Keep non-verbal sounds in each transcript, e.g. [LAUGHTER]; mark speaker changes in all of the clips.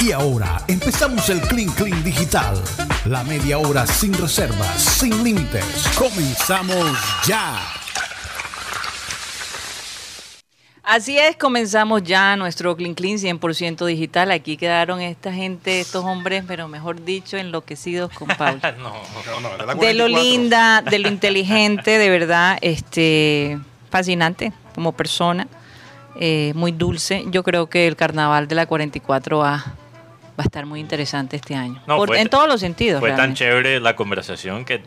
Speaker 1: Y ahora empezamos el Clean Clean Digital. La media hora sin reservas, sin límites. Comenzamos ya.
Speaker 2: Así es, comenzamos ya nuestro Clean Clean 100% digital. Aquí quedaron esta gente, estos hombres, pero mejor dicho, enloquecidos con Paul.
Speaker 3: [LAUGHS]
Speaker 4: No, no, no, de la
Speaker 2: De lo
Speaker 4: 44.
Speaker 2: linda, de lo inteligente, de verdad, este, fascinante como persona, eh, muy dulce. Yo creo que el carnaval de la 44A va a estar muy interesante este año.
Speaker 3: No,
Speaker 2: Por-
Speaker 3: fue-
Speaker 2: en todos los sentidos.
Speaker 3: Fue tan
Speaker 2: realmente.
Speaker 3: chévere la conversación que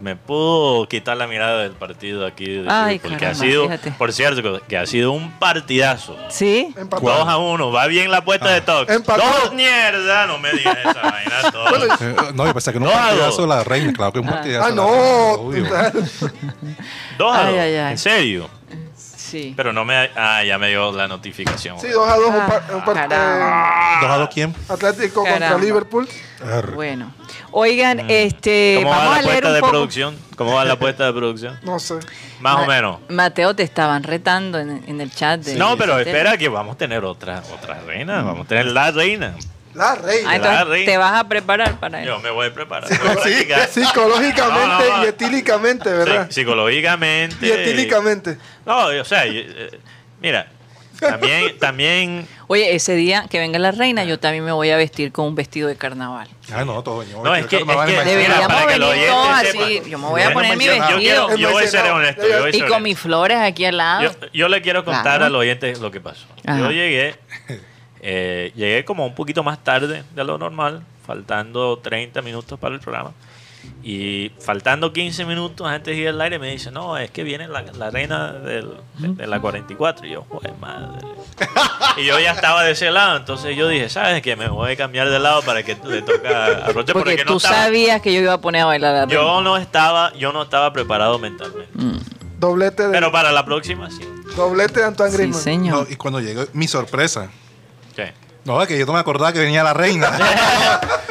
Speaker 3: me pudo quitar la mirada del partido aquí. de
Speaker 2: Ay,
Speaker 3: fútbol, que ha
Speaker 2: caramba,
Speaker 3: sido,
Speaker 2: fíjate.
Speaker 3: por cierto, que ha sido un partidazo.
Speaker 2: Sí,
Speaker 3: Em,
Speaker 4: Empatado. Ah,
Speaker 3: Dos a uno, va bien la apuesta de Tox.
Speaker 4: Empatado.
Speaker 3: Dos mierda, no me digas
Speaker 2: [LAUGHS]
Speaker 3: esa vaina. Tox.
Speaker 4: Bueno,
Speaker 5: Eh, no, yo pensé que no un
Speaker 3: No,
Speaker 5: partidazo
Speaker 3: no.
Speaker 5: de la reina, claro que es un partidazo.
Speaker 4: Ah,
Speaker 5: de la reina,
Speaker 4: no.
Speaker 5: obvio.
Speaker 3: Dos a
Speaker 2: Ay,
Speaker 3: dos,
Speaker 2: ay, ay.
Speaker 3: en serio.
Speaker 2: sí.
Speaker 3: Pero no me. Ah, ya me dio la notificación.
Speaker 4: Sí, 2 a 2. Un, par- un par-
Speaker 2: Ah, Caramba.
Speaker 5: ¿Dos a dos Ah. quién?
Speaker 4: eh, Atlético contra
Speaker 2: Caramba.
Speaker 4: Liverpool.
Speaker 5: Arre.
Speaker 2: Bueno, oigan, este,
Speaker 3: Mm. ¿Cómo va
Speaker 2: vamos
Speaker 3: la
Speaker 2: a leer
Speaker 3: apuesta
Speaker 2: un
Speaker 3: de
Speaker 2: poco.
Speaker 3: producción? ¿Cómo va la apuesta de producción?
Speaker 4: No sé.
Speaker 3: Más o
Speaker 2: Ma-
Speaker 3: menos.
Speaker 2: Mateo, te estaban retando en, en el chat. de-
Speaker 3: no, pero
Speaker 2: de-
Speaker 3: espera que vamos a tener otra, otra reina. Vamos a tener la reina.
Speaker 4: La
Speaker 2: Ah,
Speaker 4: reina.
Speaker 3: Ay, la
Speaker 2: entonces
Speaker 3: reina.
Speaker 2: te vas a preparar para
Speaker 3: Yo
Speaker 2: eso.
Speaker 3: me voy a preparar. voy a
Speaker 4: Sí,
Speaker 3: practicar.
Speaker 4: psicológicamente
Speaker 3: No, no, no.
Speaker 4: y etílicamente, ¿verdad?
Speaker 3: Sí, psicológicamente.
Speaker 4: Y etílicamente.
Speaker 3: No, o sea, yo- eh, mira, también, también,
Speaker 2: Oye, ese día que venga la reina, yo también me voy a vestir con un vestido de carnaval.
Speaker 5: Ah, no, todo ñoño.
Speaker 3: No, es que-
Speaker 5: Carnaval
Speaker 3: es que
Speaker 5: en Maicena.
Speaker 3: Mira,
Speaker 2: Deberíamos
Speaker 3: para que
Speaker 2: venir
Speaker 3: los
Speaker 2: todos
Speaker 3: oyentes
Speaker 2: así.
Speaker 3: sepan.
Speaker 2: Yo me voy a
Speaker 3: Yo
Speaker 2: poner mi
Speaker 3: quiero- yo
Speaker 2: vestido
Speaker 3: quiero- yo voy a ser
Speaker 4: Emocionado.
Speaker 3: honesto. yo voy a
Speaker 2: y
Speaker 3: ser
Speaker 2: con
Speaker 3: honesto.
Speaker 2: mis flores aquí al lado.
Speaker 3: Yo, yo le quiero contar
Speaker 2: Ah. Claro.
Speaker 3: a los oyentes lo que pasó.
Speaker 2: Ajá.
Speaker 3: Yo llegué, eh, llegué como un poquito más tarde de lo normal, faltando 30 minutos para el programa. Y faltando 15 minutos antes de ir al aire me dice, no, es que viene la, la reina del- de, de la 44. Y yo, joder, madre. Y yo ya estaba de ese lado, entonces yo dije, ¿sabes qué? Me voy a cambiar de lado para que le toque a Roche.
Speaker 2: porque
Speaker 3: no
Speaker 2: tú
Speaker 3: estaba-
Speaker 2: sabías que yo iba a poner a bailar a la reina.
Speaker 3: Yo no estaba, yo no estaba preparado mentalmente.
Speaker 2: Mm.
Speaker 4: Doblete de,
Speaker 3: Pero para la próxima, sí.
Speaker 4: doblete de Antoine
Speaker 2: Sí,
Speaker 4: Griezmann.
Speaker 2: señor.
Speaker 5: No, y cuando llegó, mi sorpresa.
Speaker 3: Sí.
Speaker 5: No, es que yo no me acordaba que venía la reina.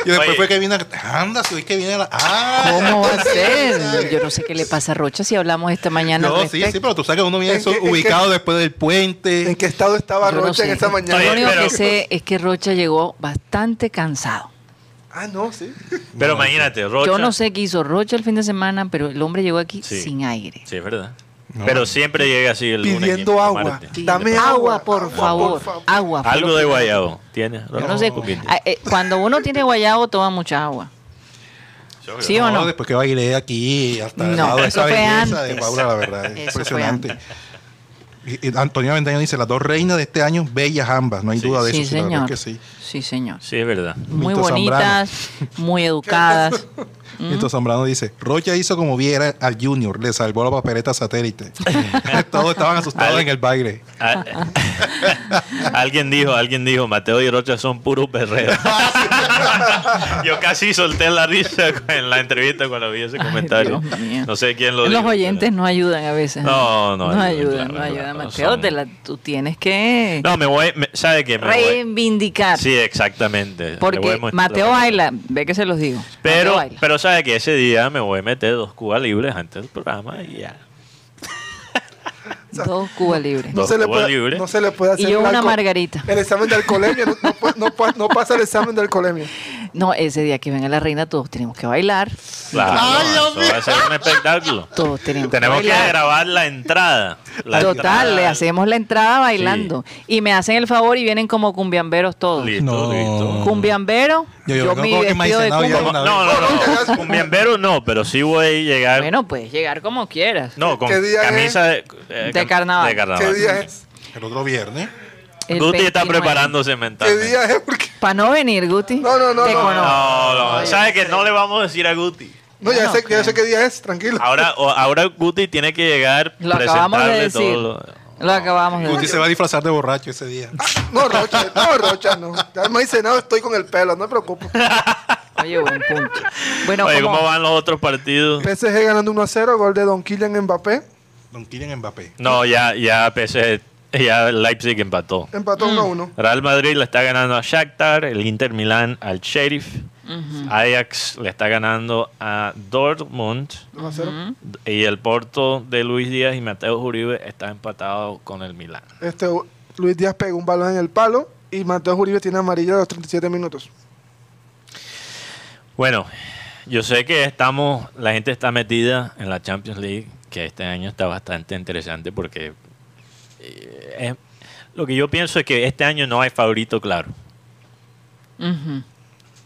Speaker 5: y después
Speaker 3: Oye.
Speaker 5: fue que vino. Anda, si es que viene la. ¡Ah!
Speaker 2: ¿Cómo va a ser?
Speaker 5: ¿sabes?
Speaker 2: Yo no sé qué le pasa a Rocha si hablamos esta mañana. al
Speaker 5: No, sí,
Speaker 2: respecto.
Speaker 5: sí, pero tú sabes que uno viene
Speaker 4: ¿En qué-
Speaker 5: eso
Speaker 4: en qué-
Speaker 5: ubicado después del puente.
Speaker 4: ¿En qué estado estaba
Speaker 2: Yo no
Speaker 4: Rocha en
Speaker 2: sé.
Speaker 4: esa
Speaker 2: Yo
Speaker 4: mañana?
Speaker 2: lo
Speaker 3: Oye,
Speaker 2: único
Speaker 3: pero-
Speaker 2: que sé es que Rocha llegó bastante cansado.
Speaker 4: Ah,
Speaker 3: [LAUGHS]
Speaker 4: no, sí.
Speaker 3: Pero
Speaker 5: No,
Speaker 3: imagínate, Rocha.
Speaker 2: Yo no sé qué hizo Rocha el fin de semana, pero el hombre llegó aquí
Speaker 3: Sí.
Speaker 2: sin aire.
Speaker 3: Sí, es verdad.
Speaker 5: No.
Speaker 3: Pero siempre llega así el lunes,
Speaker 4: Pidiendo
Speaker 3: miércoles,
Speaker 4: agua.
Speaker 3: martes.
Speaker 4: Sí. Dame
Speaker 2: agua,
Speaker 4: agua,
Speaker 2: por
Speaker 4: agua,
Speaker 2: favor.
Speaker 4: por favor.
Speaker 2: Agua. por
Speaker 3: Algo
Speaker 2: lo
Speaker 3: de
Speaker 2: que-
Speaker 3: guayabo. ¿Tienes?
Speaker 2: Yo no sé.
Speaker 3: Poquito.
Speaker 2: Ah, eh, cuando uno tiene guayabo, toma mucha agua.
Speaker 3: Yo
Speaker 2: ¿Sí o no?
Speaker 5: después que bailé aquí hasta
Speaker 2: No,
Speaker 5: el lado
Speaker 2: eso
Speaker 5: de esa
Speaker 2: fue
Speaker 5: belleza de
Speaker 2: antes.
Speaker 5: Paula, la verdad. es
Speaker 2: Eso fue
Speaker 5: impresionante. Y, y Antonio Vendaño dice, las dos reinas de este año, bellas ambas, no hay
Speaker 3: Sí.
Speaker 5: duda Ah, de
Speaker 2: Sí,
Speaker 5: eso. sí, la verdad
Speaker 2: señor.
Speaker 5: es que sí.
Speaker 2: Sí, señor.
Speaker 3: Sí, es verdad.
Speaker 2: Muy
Speaker 5: Mito
Speaker 2: bonitas, muy educadas.
Speaker 5: Milton Zambrano dice, Rocha hizo como viera al Junior, le salvó la papeleta satélite. [LAUGHS] Todos estaban asustados
Speaker 3: Al-
Speaker 5: en el baile.
Speaker 3: Ah, [LAUGHS] alguien dijo, alguien dijo, Mateo y Rocha son puros perreros. [LAUGHS] Yo casi solté la risa en la entrevista cuando vi ese
Speaker 2: Ay,
Speaker 3: comentario.
Speaker 2: Dios mío.
Speaker 3: no sé quién lo
Speaker 2: [LAUGHS]
Speaker 3: dijo.
Speaker 2: Los oyentes no ayudan a veces.
Speaker 3: No, no
Speaker 2: No
Speaker 3: ayudan,
Speaker 2: ayudan,
Speaker 3: claro,
Speaker 2: no ayudan.
Speaker 3: claro,
Speaker 2: Mateo,
Speaker 3: son-
Speaker 2: te la- tú tienes que
Speaker 3: No, me voy. me- ¿Sabe qué? Me voy.
Speaker 2: reivindicar.
Speaker 3: Sí, exactamente. Le voy a
Speaker 2: porque
Speaker 3: mostrar-
Speaker 2: Mateo
Speaker 3: le voy a-
Speaker 2: baila, ve que se los digo. Mateo
Speaker 3: Pero,
Speaker 2: Ah, baila.
Speaker 3: pero sabe que ese día me voy a meter dos cubas libres antes del programa y ya.
Speaker 2: dos Cuba libres.
Speaker 3: Dos
Speaker 4: No se, le
Speaker 3: Cuba
Speaker 4: puede,
Speaker 3: Libre.
Speaker 4: no se le puede hacer
Speaker 2: Y yo
Speaker 4: el
Speaker 2: una
Speaker 4: alco-
Speaker 2: margarita.
Speaker 4: El examen de alcoholemia. No, no pa- no pa- no pasa el examen de alcoholemia.
Speaker 2: No, ese día que venga la reina, todos tenemos que bailar.
Speaker 3: Claro, eso va a ser un espectáculo.
Speaker 2: Todos tenemos,
Speaker 3: Tenemos
Speaker 2: que
Speaker 3: que
Speaker 2: bailar.
Speaker 3: grabar la entrada. La
Speaker 2: Total,
Speaker 3: entrada.
Speaker 2: le hacemos la entrada bailando. Y me hacen el favor y vienen como cumbiamberos todos.
Speaker 3: Listo,
Speaker 5: No.
Speaker 3: listo.
Speaker 2: Cumbiambero, yo,
Speaker 5: Yo- yo creo
Speaker 2: mi
Speaker 5: que
Speaker 2: vestido de
Speaker 5: Maicenao ya
Speaker 2: cumba.
Speaker 3: No, no, no. no. Cumbiambero no, pero sí voy a llegar.
Speaker 2: Bueno, puedes llegar como quieras.
Speaker 3: no, con
Speaker 4: ¿Qué día
Speaker 3: camisa de, eh,
Speaker 2: De
Speaker 3: cam-
Speaker 2: carnaval.
Speaker 3: De
Speaker 4: ¿Qué
Speaker 3: carnaval.
Speaker 4: día es?
Speaker 5: El otro viernes.
Speaker 2: El
Speaker 3: Guti está
Speaker 2: 29.
Speaker 3: preparándose
Speaker 4: ¿Qué
Speaker 3: mentalmente.
Speaker 4: día es? Porque,
Speaker 2: Para no venir, Guti.
Speaker 4: No, no, no,
Speaker 2: Te
Speaker 4: no.
Speaker 2: conozco.
Speaker 3: No, no, sabe que no le vamos a decir a Guti.
Speaker 4: no, ya,
Speaker 2: No,
Speaker 4: sé, ya sé qué día es, tranquilo.
Speaker 3: Ahora, o- ahora Guti tiene que llegar
Speaker 2: Lo acabamos de
Speaker 3: presentarle
Speaker 2: decir.
Speaker 3: todo lo-
Speaker 2: Lo acabamos de
Speaker 5: Guti
Speaker 2: decir.
Speaker 5: se va a disfrazar de borracho ese día.
Speaker 4: [LAUGHS] No, Rocha, no, Rocha, no. Ya me dice, no, estoy con el pelo, no me preocupo. [LAUGHS]
Speaker 2: Oye, buen punto. Bueno,
Speaker 3: Oye, ¿cómo
Speaker 2: como-
Speaker 3: van los otros partidos?
Speaker 4: PSG ganando 1 a 0, gol de Don Kylian Mbappé.
Speaker 5: Don Kylian Mbappé.
Speaker 3: No, ya, ya PSG, ya Leipzig empató.
Speaker 4: Empató 1 a
Speaker 5: Mm.
Speaker 4: 1.
Speaker 3: Real Madrid le está ganando a Shakhtar, el Inter Milán al Sheriff, Ajax le está ganando a Dortmund
Speaker 4: 1 a 0.
Speaker 5: Mm.
Speaker 3: y el Porto de Luis Díaz y Mateo Uribe está empatado con el Milán.
Speaker 4: Este, Luis Díaz pegó un balón en el palo. y Mateo Uribe tiene amarilla a los 37 minutos.
Speaker 3: Bueno, yo sé que estamos, la gente está metida en la Champions League, que este año está bastante interesante porque eh, es- lo que yo pienso es que este año no hay favorito claro.
Speaker 2: Ujú.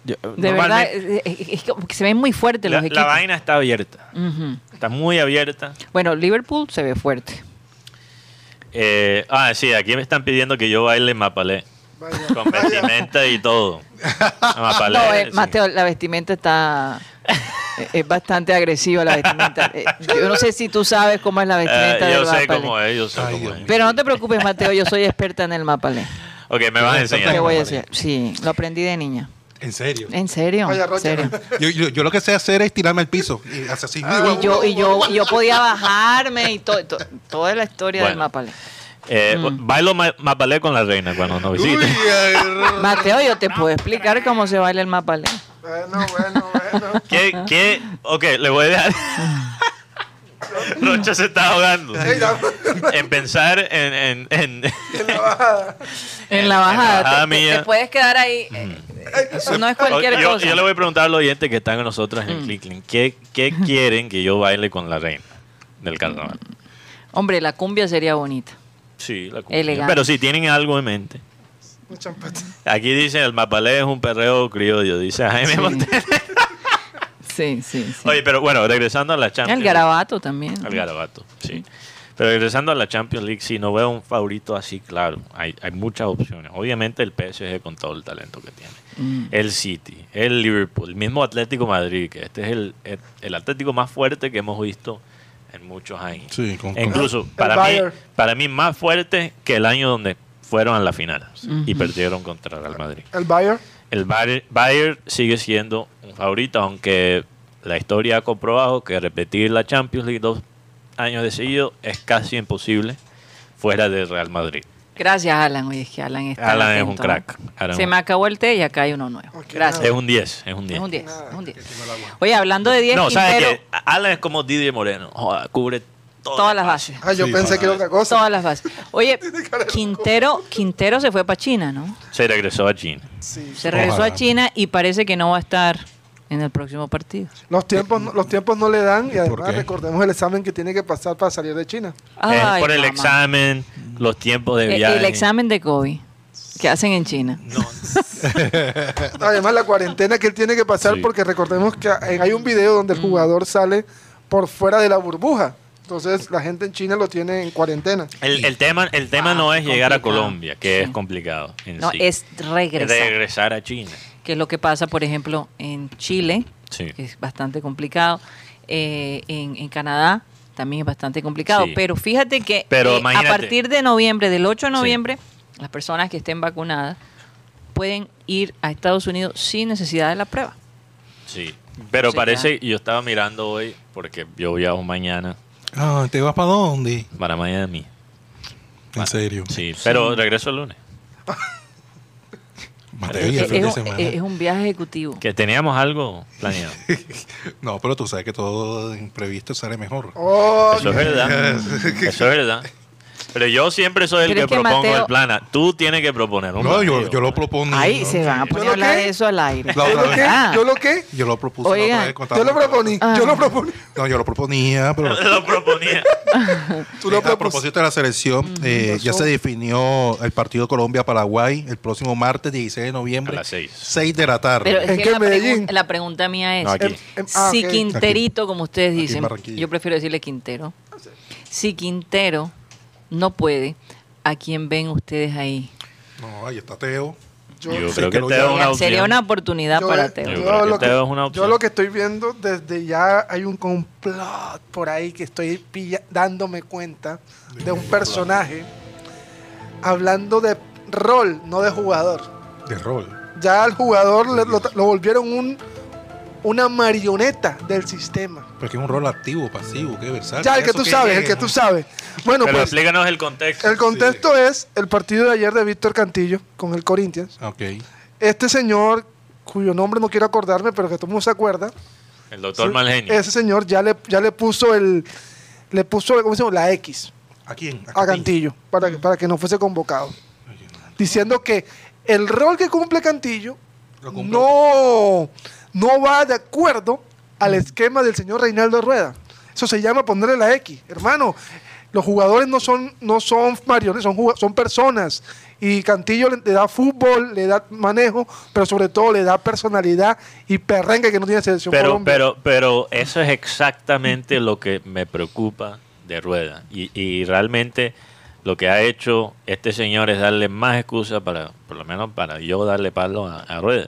Speaker 3: Yo-
Speaker 2: De
Speaker 3: normalmente-
Speaker 2: verdad, eh, eh, es como que se ven muy fuertes
Speaker 3: la,
Speaker 2: los
Speaker 3: la
Speaker 2: equipos.
Speaker 3: vaina está abierta,
Speaker 2: Ujú.
Speaker 3: está muy abierta.
Speaker 2: Bueno, Liverpool se ve fuerte.
Speaker 3: Eh, ah, sí, aquí me están pidiendo que yo baile Mapalé,
Speaker 4: Vaya,
Speaker 5: [LAUGHS]
Speaker 3: con vestimenta y todo. Mapalé,
Speaker 2: No, eh,
Speaker 3: sí.
Speaker 2: Mateo, la vestimenta está. eh, Es bastante agresiva la vestimenta. Eh, Yo no sé si tú sabes cómo es la
Speaker 3: Eh,
Speaker 2: vestimenta
Speaker 3: yo
Speaker 2: del
Speaker 3: sé
Speaker 2: Mapalé.
Speaker 3: cómo es, yo sé
Speaker 5: Ay,
Speaker 3: cómo
Speaker 5: Dios
Speaker 3: es.
Speaker 2: Pero no te preocupes, Mateo, yo soy experta en el Mapalé.
Speaker 3: Ok, me vas a
Speaker 2: Te
Speaker 3: enseñar.
Speaker 2: voy a
Speaker 5: Mapalé.
Speaker 2: decir. Sí, lo aprendí de niña.
Speaker 5: En serio.
Speaker 2: ¿En serio?
Speaker 4: Vaya,
Speaker 2: ¿En
Speaker 4: Rocha.
Speaker 2: serio?
Speaker 5: Yo, yo- yo lo que sé hacer es tirarme al piso. Y hacer así.
Speaker 2: Y yo, y yo, y yo podía bajarme y to- to- toda la historia del
Speaker 3: Bueno.
Speaker 2: Mapalé.
Speaker 3: Eh,
Speaker 2: Mm.
Speaker 3: Bailo ma- Mapalé con la reina cuando nos visite.
Speaker 5: Uy, ay,
Speaker 2: Mateo, yo te puedo explicar cómo se baila el Mapalé.
Speaker 4: bueno, bueno, bueno.
Speaker 3: ¿Qué, qué? Ok, le voy
Speaker 2: [LAUGHS]
Speaker 3: a dejar. Rocha se está ahogando.
Speaker 4: [LAUGHS] Ey, la-
Speaker 3: En pensar en. en, en-
Speaker 4: la bajada.
Speaker 2: En la bajada.
Speaker 3: En la bajada
Speaker 2: te- te,
Speaker 3: mía.
Speaker 2: te puedes quedar ahí. eh, Eso no es cualquier
Speaker 3: yo,
Speaker 2: cosa. Mm.
Speaker 3: yo le voy a preguntar a los oyentes que están con nosotros en Click Link, ¿qué, ¿Qué quieren que yo baile con la reina del carnaval?
Speaker 2: Hombre, la cumbia sería bonita.
Speaker 3: Sí, la cumbia.
Speaker 2: Elegante.
Speaker 3: Pero si tienen algo en mente.
Speaker 4: Un champata.
Speaker 3: Aquí dice: el mapalé es un perreo criollo. Dice Jaime
Speaker 2: Sí.
Speaker 3: Montero.
Speaker 2: Sí, sí, sí.
Speaker 3: [LAUGHS] Oye, pero bueno, regresando a la Champions.
Speaker 2: el garabato también. ¿no?
Speaker 3: Al garabato, sí. Pero regresando a la Champions League, sí, no veo un favorito así, claro. Hay, hay muchas opciones. Obviamente el PSG con todo el talento que tiene. El City, el Liverpool, el mismo Atlético Madrid, que este es el, el, el Atlético más fuerte que hemos visto en muchos años.
Speaker 5: Sí, con-
Speaker 3: E Incluso para mí,
Speaker 4: Bayern.
Speaker 3: para mí más fuerte que el año donde fueron a la final y perdieron contra el Real Madrid.
Speaker 4: El Bayern.
Speaker 3: El Bayer, Bayer sigue siendo un favorito, aunque la historia ha comprobado que repetir la Champions League dos años de seguido es casi imposible fuera del Real Madrid.
Speaker 2: Gracias, Alan. Oye, es que Alan está.
Speaker 3: Alan es un
Speaker 2: atento.
Speaker 3: crack. Alan
Speaker 2: Se me acabó el té y acá hay uno nuevo.
Speaker 4: Ok,
Speaker 2: Gracias.
Speaker 3: Es un 10, es un 10.
Speaker 2: Ah. Es un 10. Es un 10. Oye, hablando de 10,
Speaker 3: No, ¿sabes
Speaker 2: Quintero,
Speaker 3: qué? Alan es como Didier Moreno, joda, cubre todas,
Speaker 2: todas las bases.
Speaker 4: Ah, yo
Speaker 5: Sí,
Speaker 4: pensé que era otra cosa.
Speaker 2: Todas las bases. Oye, Quintero, Quintero se fue para China, ¿no?
Speaker 3: Se regresó a China.
Speaker 4: Sí.
Speaker 2: Se regresó
Speaker 5: Ojalá.
Speaker 2: a China y parece que no va a estar en el próximo partido.
Speaker 4: Los tiempos, no- los tiempos no le dan y
Speaker 5: ¿Por
Speaker 4: además
Speaker 5: qué?
Speaker 4: recordemos el examen que tiene que pasar para salir de China.
Speaker 2: Ay,
Speaker 3: es por el
Speaker 2: mamá.
Speaker 3: examen, los tiempos de
Speaker 2: Eh,
Speaker 3: viaje.
Speaker 2: El examen de COVID que hacen en China.
Speaker 4: Además la cuarentena que él tiene que pasar
Speaker 3: Sí.
Speaker 4: porque recordemos que hay hay un video donde el jugador sale por fuera de la burbuja. Entonces la gente en China lo tiene en cuarentena.
Speaker 3: El, el tema, el tema
Speaker 2: Ah,
Speaker 3: no es llegar a
Speaker 2: complicado.
Speaker 3: Colombia, que es
Speaker 2: Sí.
Speaker 3: complicado. en
Speaker 2: No,
Speaker 3: sí.
Speaker 2: es regresar.
Speaker 3: regresar a China.
Speaker 2: que es lo que pasa, por ejemplo, en Chile,
Speaker 3: Sí.
Speaker 2: que es bastante complicado. eh, en, en Canadá también es bastante complicado.
Speaker 3: Sí.
Speaker 2: Pero fíjate que
Speaker 3: Pero
Speaker 2: eh, a
Speaker 3: imagínate.
Speaker 2: partir de noviembre, del 8 de
Speaker 3: Sí.
Speaker 2: noviembre, las personas que estén vacunadas pueden ir a Estados Unidos sin necesidad de la prueba.
Speaker 3: Sí, pero
Speaker 2: Sí,
Speaker 3: parece, yo estaba mirando hoy, porque yo viajo mañana
Speaker 5: Ah, ¿te vas para dónde?
Speaker 3: para Miami.
Speaker 5: En serio.
Speaker 3: Sí, pero regreso el lunes.
Speaker 5: Mateo, y
Speaker 2: es,
Speaker 5: el fin de
Speaker 2: es un-
Speaker 5: semana.
Speaker 2: es un viaje ejecutivo.
Speaker 3: Que teníamos algo planeado.
Speaker 5: No, pero tú sabes que todo imprevisto sale mejor.
Speaker 4: Oh,
Speaker 3: Eso es verdad. Eso es verdad. Pero yo siempre soy el
Speaker 2: Pero
Speaker 3: que
Speaker 2: es que
Speaker 3: propongo
Speaker 2: Mateo-
Speaker 3: el plan. A. Tú tienes que proponer un
Speaker 5: No,
Speaker 3: plan,
Speaker 5: yo,
Speaker 3: tío.
Speaker 5: yo
Speaker 3: [LAUGHS]
Speaker 5: lo propongo.
Speaker 2: Ahí se van a
Speaker 4: ¿Yo
Speaker 2: poner
Speaker 4: lo
Speaker 2: a hablar
Speaker 4: qué?
Speaker 2: de eso al aire.
Speaker 5: La
Speaker 4: ¿Yo
Speaker 5: otra
Speaker 4: lo qué?
Speaker 5: vez.
Speaker 2: Ah.
Speaker 4: ¿Yo lo qué?
Speaker 5: Yo lo propuse la
Speaker 2: Oigan.
Speaker 5: otra vez.
Speaker 3: Ah.
Speaker 5: contaba-
Speaker 4: Yo lo proponí. Yo lo proponí.
Speaker 5: No, yo lo proponía, pero
Speaker 3: Lo proponía.
Speaker 4: Tú lo
Speaker 5: a
Speaker 4: propusiste.
Speaker 5: propósito de la selección, eh, ya se definió el partido Colombia-Paraguay el próximo martes 16 de noviembre.
Speaker 3: A las seis.
Speaker 5: 6 de la tarde.
Speaker 2: Pero eh, es
Speaker 4: ¿En
Speaker 2: que
Speaker 4: qué,
Speaker 2: la, pregun-
Speaker 4: Medellín?
Speaker 2: la pregunta mía es,
Speaker 3: No, aquí.
Speaker 4: Em- em- ah,
Speaker 2: si
Speaker 4: ok.
Speaker 2: Quinterito, como ustedes
Speaker 5: Aquí en
Speaker 2: dicen,
Speaker 5: Barranquilla.
Speaker 2: yo prefiero decirle Quintero,
Speaker 4: Ah,
Speaker 2: si Quintero no puede, ¿a quién ven ustedes ahí?
Speaker 5: No, ahí está Teo.
Speaker 4: Yo-
Speaker 3: Yo
Speaker 5: Sí,
Speaker 3: creo que
Speaker 5: que lo
Speaker 3: te da
Speaker 5: llamo.
Speaker 3: una opción.
Speaker 2: Eh, Sería una oportunidad
Speaker 4: Yo-
Speaker 2: para
Speaker 3: Yo
Speaker 2: Teo.
Speaker 3: creo que
Speaker 4: lo que-
Speaker 3: Teo es una
Speaker 4: Yo
Speaker 3: opción.
Speaker 4: lo que estoy viendo desde ya hay un complot por ahí que estoy pilla- dándome cuenta de un personaje hablando de rol, no de jugador.
Speaker 5: De rol.
Speaker 4: Ya al jugador le- lo, lo volvieron un, una marioneta del sistema.
Speaker 5: Porque es un rol activo, pasivo, que versátil.
Speaker 4: Ya el que
Speaker 5: Eso
Speaker 4: tú sabes, el
Speaker 5: llega,
Speaker 4: que
Speaker 5: [LAUGHS]
Speaker 4: tú
Speaker 5: ¿no?
Speaker 4: sabes. Bueno,
Speaker 3: Pero
Speaker 4: pues
Speaker 3: explícanos el contexto.
Speaker 4: el contexto es el partido de ayer de Víctor Cantillo con el Corinthians.
Speaker 5: Ok.
Speaker 4: Este señor, cuyo nombre no quiero acordarme, pero que todo el mundo se acuerda,
Speaker 3: El doctor
Speaker 4: Sí,
Speaker 3: Malgenio.
Speaker 4: Ese señor ya le, ya le puso el. Le puso, ¿cómo se llama? La X
Speaker 5: ¿A quién?
Speaker 4: a Cantillo para que, para que no fuese convocado. Diciendo que el rol que cumple Cantillo
Speaker 5: Lo cumple.
Speaker 4: no, no va de acuerdo al esquema del señor Reinaldo Rueda. Eso se llama ponerle la X. Hermano, los jugadores no son, no son marionetas, son, juga- son personas. Y Cantillo le, le da fútbol, le da manejo, pero sobre todo le da personalidad y perrenque que no tiene selección
Speaker 3: Pero,
Speaker 4: Colombia.
Speaker 3: pero, pero eso es exactamente lo que me preocupa de Rueda. Y, y realmente lo que ha hecho este señor es darle más excusas para, por lo menos para yo darle palo a, a Rueda.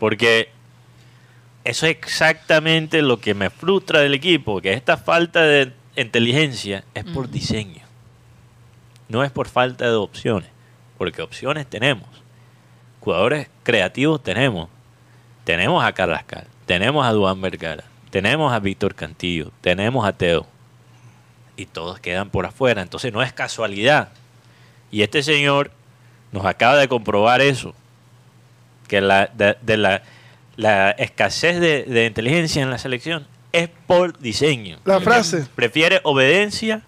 Speaker 3: Porque eso es exactamente lo que me frustra del equipo, que esta falta de inteligencia es por diseño. No es por falta de opciones, porque opciones tenemos. Jugadores creativos tenemos. Tenemos a Carrascal, tenemos a Duan Vergara, tenemos a Víctor Cantillo, tenemos a Teo. Y todos quedan por afuera. Entonces no es casualidad. Y este señor nos acaba de comprobar eso. Que la, de, de la, la escasez de, de inteligencia en la selección es por diseño.
Speaker 4: La
Speaker 3: Porque
Speaker 4: frase.
Speaker 3: Prefiere obediencia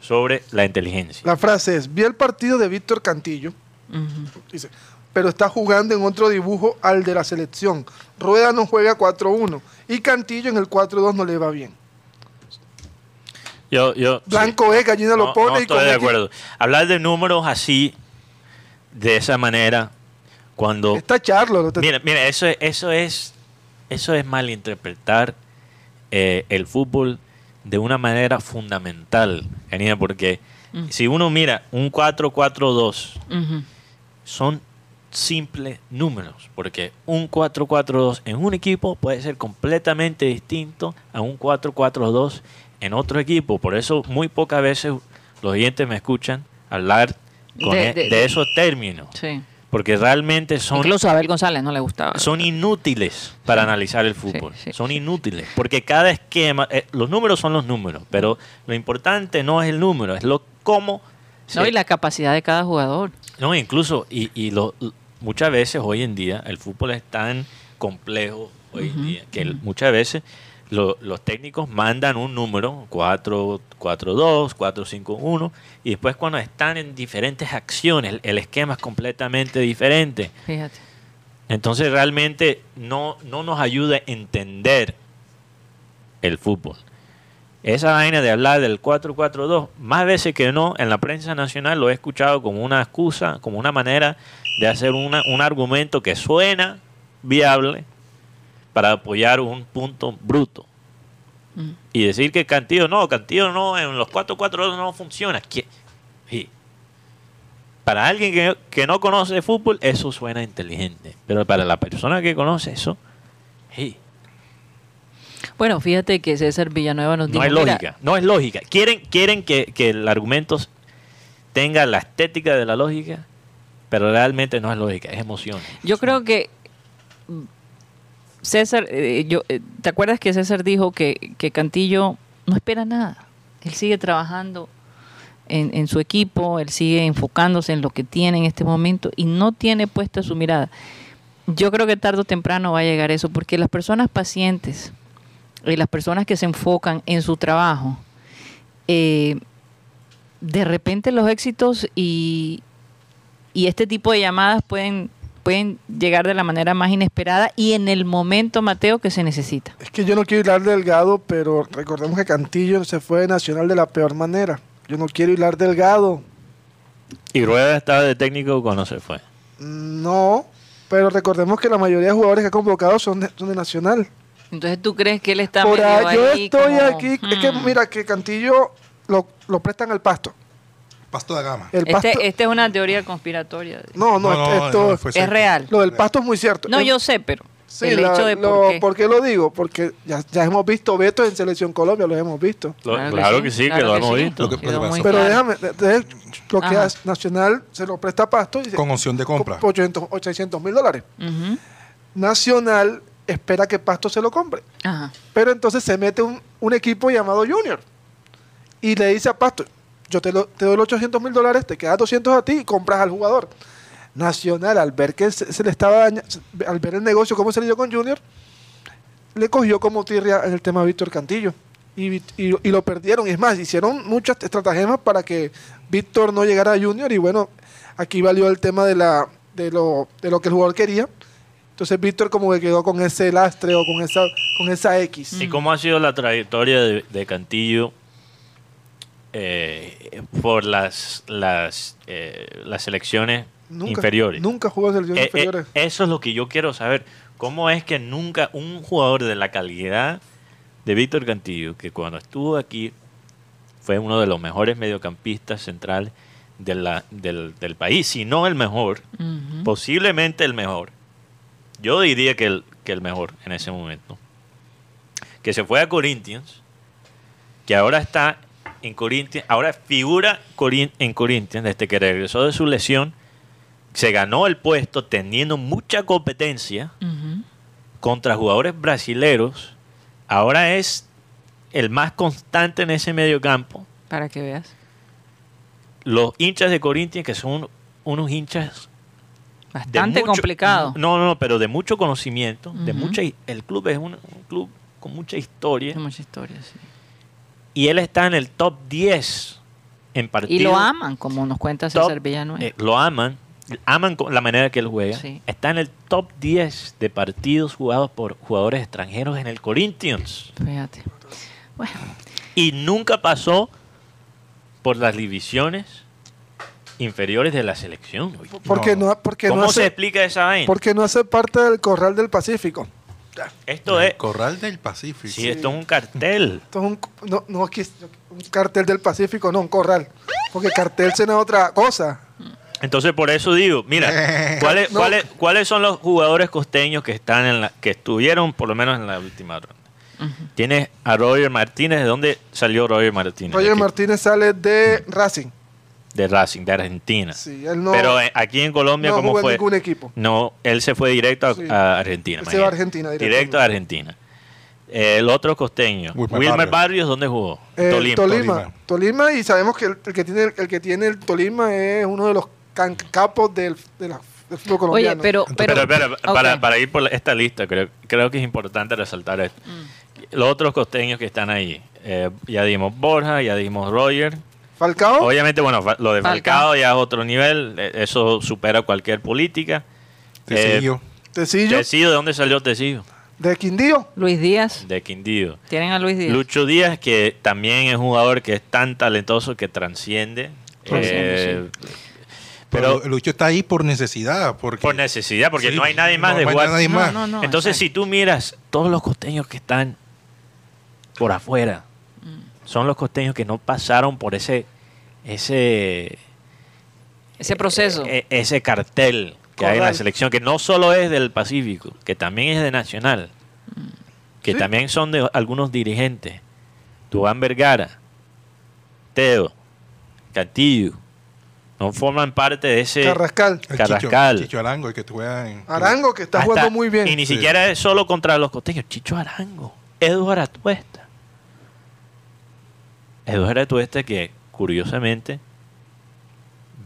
Speaker 3: sobre la inteligencia.
Speaker 4: La frase es, vi el partido de Víctor Cantillo,
Speaker 2: Ujú.
Speaker 4: dice, pero está jugando en otro dibujo al de la selección. Rueda no juega 4-1 y Cantillo en el 4-2 no le va bien.
Speaker 3: Yo, yo, sí.
Speaker 4: Blanco es, gallina
Speaker 3: No,
Speaker 4: lo pone
Speaker 3: no
Speaker 4: y
Speaker 3: estoy de
Speaker 4: comete-
Speaker 3: acuerdo. Hablar de números así, de esa manera, cuando
Speaker 4: Está Charlo. no te-
Speaker 3: Mira, mira, eso es, eso es, eso es malinterpretar eh, el fútbol de una manera fundamental, Janina, porque
Speaker 2: Mm.
Speaker 3: si uno mira un 4-4-2,
Speaker 2: Ujú.
Speaker 3: son simples números, porque un 4-4-2 en un equipo puede ser completamente distinto a un 4-4-2 en otro equipo. Por eso muy pocas veces los oyentes me escuchan hablar con
Speaker 2: De-
Speaker 3: e-
Speaker 2: de-
Speaker 3: de esos términos,
Speaker 2: Sí.
Speaker 3: porque realmente son
Speaker 2: Incluso a Abel González no le gustaba.
Speaker 3: son inútiles para analizar el fútbol.
Speaker 2: sí,
Speaker 3: son inútiles. Porque cada esquema, eh, los números son los números, pero lo importante no es el número, es lo cómo se-
Speaker 2: No, y la capacidad de cada jugador.
Speaker 3: No, incluso, y, y lo, muchas veces hoy en día el fútbol es tan complejo hoy en día que el- muchas veces lo- los técnicos mandan un número, 4, 4, 2, 4, 5, 1, y después cuando están en diferentes acciones, el- el esquema es completamente diferente.
Speaker 2: Fíjate.
Speaker 3: Entonces realmente no, no nos ayuda a entender el fútbol. Esa vaina de hablar del 4-4-2, más veces que no, en la prensa nacional lo he escuchado como una excusa, como una manera de hacer una- un argumento que suena viable para apoyar un punto bruto.
Speaker 2: Mm.
Speaker 3: Y decir que Cantillo no, Cantillo no, en los 4-4-2 no funciona. ¿Qué? Sí. Para alguien que, que no conoce de fútbol, eso suena inteligente. Pero para la persona que conoce eso, sí,
Speaker 2: Bueno, fíjate que César Villanueva nos
Speaker 3: no
Speaker 2: dijo.
Speaker 3: es
Speaker 2: "Mira,
Speaker 3: lógica. No es lógica. Quieren, quieren que, que el argumento tenga la estética de la lógica, pero realmente no es lógica, es emoción.
Speaker 2: Yo creo que mm, César, eh, yo, eh, ¿te acuerdas que César dijo que, que Cantillo no espera nada? Él sigue trabajando en, en su equipo, él sigue enfocándose en lo que tiene en este momento y no tiene puesta su mirada. Yo creo que tarde o temprano va a llegar eso, porque las personas pacientes y las personas que se enfocan en su trabajo, eh, de repente los éxitos y, y este tipo de llamadas pueden, pueden llegar de la manera más inesperada y en el momento, Mateo, que se necesita.
Speaker 4: Es que yo no quiero hilar delgado, pero recordemos que Cantillo se fue de Nacional de la peor manera. Yo no quiero hilar delgado.
Speaker 3: Y Rueda estaba de técnico cuando se fue.
Speaker 4: No, pero recordemos que la mayoría de jugadores que ha convocado son de, son de Nacional.
Speaker 2: Entonces, ¿tú crees que él está
Speaker 4: Por
Speaker 2: medio
Speaker 4: ahí- yo
Speaker 2: ahí
Speaker 4: estoy
Speaker 2: como,
Speaker 4: aquí. Es que
Speaker 2: hmm,
Speaker 4: mira, que Cantillo lo, lo prestan al pasto.
Speaker 5: Pasto de gama.
Speaker 4: El pasto.
Speaker 2: Este, esta es una teoría conspiratoria.
Speaker 4: Eh, No, no, esto.
Speaker 5: fue
Speaker 2: es
Speaker 5: cerca.
Speaker 2: real.
Speaker 4: lo del pasto es muy cierto.
Speaker 2: No,
Speaker 4: El-
Speaker 2: yo sé, pero
Speaker 4: Sí,
Speaker 2: el
Speaker 4: la-
Speaker 2: hecho de
Speaker 4: lo-
Speaker 2: por qué.
Speaker 4: lo digo? Porque ya, ya hemos visto vetos en Selección Colombia, los hemos visto.
Speaker 3: Lo-
Speaker 2: Claro
Speaker 3: claro,
Speaker 2: que sí,
Speaker 3: que sí, que
Speaker 2: claro
Speaker 3: lo
Speaker 2: que
Speaker 3: hemos
Speaker 2: sí.
Speaker 3: visto.
Speaker 5: Lo que-
Speaker 2: Quedó
Speaker 5: lo que
Speaker 2: muy
Speaker 5: pasó.
Speaker 4: Pero
Speaker 2: claro.
Speaker 4: déjame, de- de- lo que
Speaker 2: Ajá.
Speaker 4: hace Nacional se lo presta a Pasto y se-
Speaker 5: Con opción de compra.
Speaker 4: 800, 800 mil dólares.
Speaker 2: Ujú.
Speaker 4: Nacional espera que Pasto se lo compre.
Speaker 2: Ajá.
Speaker 4: Pero entonces se mete un, un equipo llamado Junior y le dice a Pasto, yo te, lo- te doy los 800 mil dólares, te quedas 200 a ti y compras al jugador. Nacional, al ver que se, se le estaba daña- al ver el negocio, cómo se le dio con Junior, le cogió como tirria en el tema de Víctor Cantillo. Y, Vit- y- y lo perdieron. Y es más, hicieron muchas estratagemas para que Víctor no llegara a Junior. Y bueno, aquí valió el tema de la, de lo, de lo que el jugador quería. Entonces Víctor como que quedó con ese lastre o con esa, con esa X.
Speaker 3: ¿Y cómo ha sido la trayectoria de, de Cantillo eh, por las, las, eh, las selecciones
Speaker 4: Nunca,
Speaker 3: inferiores?
Speaker 4: Nunca jugó en selecciones
Speaker 3: Eh, eh,
Speaker 4: inferiores.
Speaker 3: eso es lo que yo quiero saber. ¿Cómo es que nunca un jugador de la calidad de Víctor Cantillo, que cuando estuvo aquí fue uno de los mejores mediocampistas centrales de la- del, del país, si no el mejor,
Speaker 2: Ujú.
Speaker 3: posiblemente el mejor. Yo diría que el, que el mejor en ese momento. Que se fue a Corinthians, que ahora está en Corinthians, ahora figura Corin- en Corinthians desde que regresó de su lesión. Se ganó el puesto teniendo mucha competencia
Speaker 2: Ujú.
Speaker 3: contra jugadores brasileros. Ahora es el más constante en ese mediocampo
Speaker 2: Para que veas.
Speaker 3: los hinchas de Corinthians, que son unos hinchas de
Speaker 2: Bastante
Speaker 3: mucho-
Speaker 2: complicado.
Speaker 3: No, no, no, pero de mucho conocimiento, de
Speaker 2: Ujú.
Speaker 3: mucha hi- el club es un, un club con mucha historia
Speaker 2: Hay mucha historia, sí.
Speaker 3: y él está en el top 10 en partidos.
Speaker 2: Y lo aman, como nos cuenta
Speaker 3: top-
Speaker 2: César Villanueva.
Speaker 3: eh, lo aman, aman con la manera que él juega.
Speaker 2: Sí.
Speaker 3: Está en el top 10 de partidos jugados por jugadores extranjeros en el Corinthians
Speaker 2: Fíjate. Bueno,
Speaker 3: y nunca pasó por las divisiones inferiores de la selección. oye.
Speaker 4: Porque
Speaker 5: No.
Speaker 4: no, porque
Speaker 3: ¿Cómo
Speaker 4: no
Speaker 3: se
Speaker 4: hace,
Speaker 3: explica esa vaina?
Speaker 4: porque no hace parte del corral del Pacífico.
Speaker 3: Esto
Speaker 5: El
Speaker 3: es.
Speaker 5: Corral del Pacífico.
Speaker 3: Sí, esto es un cartel.
Speaker 4: Esto es un, c- no, no es que es un cartel del Pacífico, no, un corral. Porque cartel cena otra cosa.
Speaker 3: Entonces, por eso digo,
Speaker 4: [LAUGHS]
Speaker 3: mira, ¿cuáles,
Speaker 4: No.
Speaker 3: cuáles, ¿cuáles son los jugadores costeños que están en la, que estuvieron por lo menos en la última ronda? Tienes a Roger Martínez, ¿de dónde salió Roger Martínez?
Speaker 4: Roger
Speaker 3: ¿De qué?
Speaker 4: Martínez sale de
Speaker 3: Mm.
Speaker 4: Racing.
Speaker 3: De Racing, de Argentina.
Speaker 4: Sí, él no,
Speaker 3: Pero eh, aquí en Colombia,
Speaker 4: no
Speaker 3: ¿cómo
Speaker 4: jugó en
Speaker 3: fue?
Speaker 4: ningún equipo.
Speaker 3: No, él se fue directo a,
Speaker 4: Sí.
Speaker 3: a Argentina.
Speaker 4: Él se va a
Speaker 3: imagínate.
Speaker 4: Argentina
Speaker 3: directo.
Speaker 4: directamente.
Speaker 3: a Argentina. El otro costeño,
Speaker 5: Wilmer
Speaker 3: Wilmer,
Speaker 5: Barrios.
Speaker 3: Barrios. ¿dónde jugó?
Speaker 4: El Tolima,
Speaker 5: Tolima.
Speaker 4: eh, Tolima. y sabemos que el, el que tiene el, que tiene el Tolima es uno de los can- capos del, de la- del fútbol colombiano.
Speaker 2: oye, pero. pero,
Speaker 3: Pero, espera,
Speaker 2: ok.
Speaker 3: para, para ir por la- esta lista, creo, creo que es importante resaltar esto.
Speaker 2: Mm.
Speaker 3: Los otros costeños que están ahí. eh, ya dimos Borja, ya dimos Roger.
Speaker 4: Falcao,
Speaker 3: Obviamente, bueno, fa- lo de
Speaker 2: Oh. Falcao.
Speaker 3: Falcao ya es otro nivel. eh, Eso supera cualquier política. eh,
Speaker 5: Tecillo.
Speaker 4: Tecillo,
Speaker 3: Tecido, ¿de dónde salió Tecido?
Speaker 4: de Quindío.
Speaker 2: Luis Díaz.
Speaker 3: De Quindío.
Speaker 2: Tienen a Luis Díaz.
Speaker 3: Lucho Díaz, que también es un jugador que es tan talentoso que transciende.
Speaker 2: Transciende,
Speaker 3: eh,
Speaker 5: Pero
Speaker 3: Pero
Speaker 5: Lucho está ahí por necesidad. Porque,
Speaker 3: por necesidad, porque
Speaker 5: Sí,
Speaker 3: no hay nadie más
Speaker 5: no,
Speaker 3: de
Speaker 5: no hay
Speaker 3: jugar.
Speaker 5: nadie
Speaker 2: No,
Speaker 5: más.
Speaker 2: no, no,
Speaker 3: Entonces,
Speaker 2: exacto.
Speaker 3: si tú miras todos los costeños que están por afuera,
Speaker 2: Mm.
Speaker 3: son los costeños que no pasaron por ese ese
Speaker 2: Ese proceso.
Speaker 3: e- e- ese cartel que hay en la
Speaker 4: Corral.
Speaker 3: selección que no solo es del Pacífico, que también es de Nacional,
Speaker 2: Mm.
Speaker 3: que
Speaker 4: Sí.
Speaker 3: también son de algunos dirigentes. Dubán Vergara, Teo, Cantillo, no forman parte de ese
Speaker 4: Carrascal.
Speaker 5: El
Speaker 3: Carrascal.
Speaker 5: Chicho, Chicho Arango, el que juega en.
Speaker 4: Arango, que está
Speaker 3: Hasta-
Speaker 4: jugando muy bien.
Speaker 3: Y ni
Speaker 5: Sí.
Speaker 3: siquiera es solo contra los costeños. Chicho Arango. Eduardo Atuesta. Eduardo Atuesta que, curiosamente,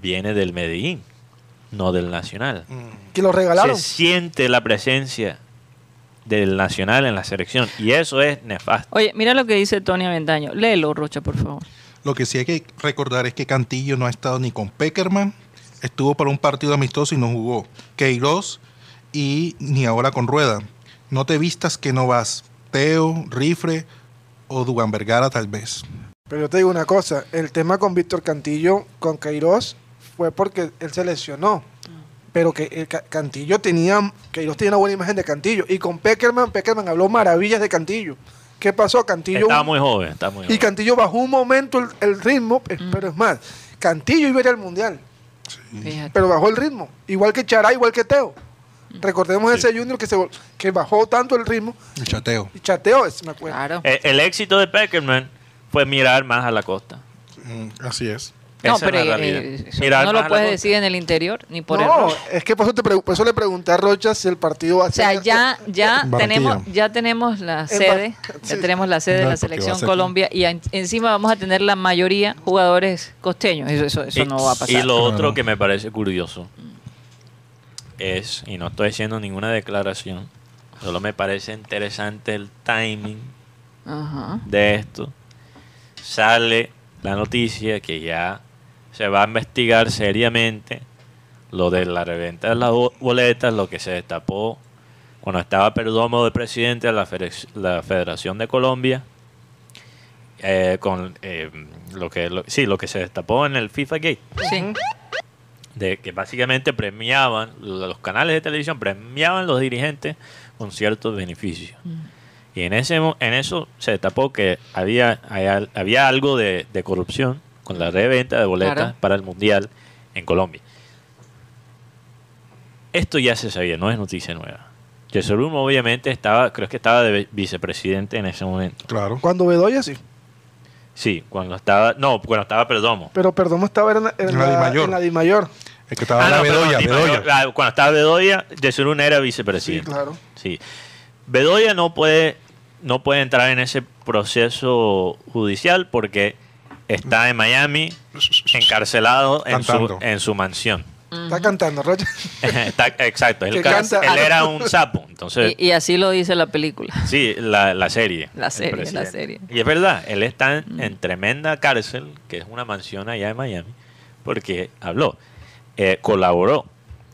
Speaker 3: viene del Medellín, no del Nacional.
Speaker 5: Mm.
Speaker 4: que lo regalaron.
Speaker 3: Se siente la presencia del Nacional en la selección. Y eso es nefasto.
Speaker 2: Oye, mira lo que dice Tony Aventaño. Léelo, Rocha, por favor.
Speaker 5: Lo que sí hay que recordar es que Cantillo no ha estado ni con Peckerman, estuvo para un partido amistoso y no jugó. Queiroz y ni ahora con Rueda. No te vistas que no vas. Teo, Rifre o Dugan Vergara tal vez.
Speaker 4: Pero yo te digo una cosa, el tema con Víctor Cantillo, con Queiroz, fue porque él se lesionó. Pero que el Ca- Cantillo tenía, Queiroz tenía una buena imagen de Cantillo. Y con Peckerman, Peckerman habló maravillas de Cantillo. ¿Qué pasó? Cantillo
Speaker 3: Está muy joven. Está muy
Speaker 4: y
Speaker 3: joven.
Speaker 4: Cantillo bajó un momento el, el ritmo, eh, pero es más, Cantillo iba a ir al Mundial,
Speaker 3: Mm.
Speaker 2: Fíjate.
Speaker 4: pero bajó el ritmo, igual que Chará, igual que Teo. Recordemos ese junior que, se, vol- que bajó tanto el ritmo
Speaker 5: El chateo.
Speaker 4: y chateó, es- me acuerdo.
Speaker 2: claro.
Speaker 3: Eh, El éxito de Peckerman fue mirar más a la costa.
Speaker 5: Mm, así es.
Speaker 2: no,
Speaker 3: Esa es
Speaker 2: pero
Speaker 3: la
Speaker 2: eh,
Speaker 3: realidad.
Speaker 2: eso
Speaker 3: Mirar
Speaker 2: no
Speaker 3: más a
Speaker 2: lo
Speaker 3: la
Speaker 2: puedes
Speaker 3: costa.
Speaker 2: decir en el interior ni por
Speaker 4: no,
Speaker 2: error.
Speaker 4: es que por eso, te pregu- por eso le pregunté a Rocha si el partido va a
Speaker 2: O sea,
Speaker 4: ser-
Speaker 2: ya, ya
Speaker 5: Barranquilla.
Speaker 2: tenemos, ya tenemos la sede, ya
Speaker 4: sí.
Speaker 2: tenemos la sede de
Speaker 5: No,
Speaker 2: la
Speaker 5: porque va a
Speaker 2: selección
Speaker 5: ser-
Speaker 2: Colombia y en- encima vamos a tener la mayoría jugadores costeños. Eso, eso, eso
Speaker 3: Y-
Speaker 2: no va a pasar.
Speaker 3: Y lo
Speaker 5: No,
Speaker 3: otro
Speaker 5: no.
Speaker 3: que me parece curioso es, y no estoy haciendo ninguna declaración, solo me parece interesante el timing
Speaker 2: Ajá.
Speaker 3: de esto. Sale la noticia que ya se va a investigar seriamente Lo de la reventa de las bo- boletas, lo que se destapó cuando estaba Perdomo de presidente de la, Fede- la Federación de Colombia, eh, con eh, lo que lo- sí, lo que se destapó en el FIFA Gate,
Speaker 2: Sí.
Speaker 3: de que básicamente premiaban, los canales de televisión premiaban los dirigentes con ciertos beneficios. Y en, ese, mo- en eso se destapó que había, hay- había algo de, de corrupción con la reventa de boletas
Speaker 2: Claro.
Speaker 3: para el Mundial en Colombia. Esto ya se sabía, no es noticia nueva. Jesurum obviamente estaba, creo que estaba de vi- vicepresidente en ese momento.
Speaker 5: Claro.
Speaker 4: Cuando Bedoya sí.
Speaker 3: Sí, cuando estaba, no, cuando estaba Perdomo.
Speaker 4: Pero Perdomo estaba en, en
Speaker 5: En la
Speaker 4: la,
Speaker 5: Dimayor.
Speaker 4: en la Dimayor.
Speaker 5: El que estaba
Speaker 3: Ah,
Speaker 5: era
Speaker 3: no, perdón,
Speaker 5: Bedoya,
Speaker 3: Di Mayor.
Speaker 5: Bedoya.
Speaker 3: Ah, Cuando estaba Bedoya, Jesurún era vicepresidente.
Speaker 4: Sí, claro.
Speaker 3: Sí. Bedoya no puede, no puede entrar en ese proceso judicial porque está en Miami encarcelado en su,
Speaker 5: Cantando.
Speaker 3: en su mansión. [LAUGHS]
Speaker 4: Está cantando, Roger.
Speaker 3: Está- exacto, él,
Speaker 4: Que
Speaker 3: ca-
Speaker 4: canta.
Speaker 3: él era un sapo. Entonces,
Speaker 2: Y, y así lo dice la película.
Speaker 3: sí, la, la serie.
Speaker 2: La
Speaker 3: el
Speaker 2: serie, la
Speaker 3: presidente.
Speaker 2: serie. Mm.
Speaker 3: Y es verdad, él está en, en tremenda cárcel, que es una mansión allá en Miami, porque habló, eh, colaboró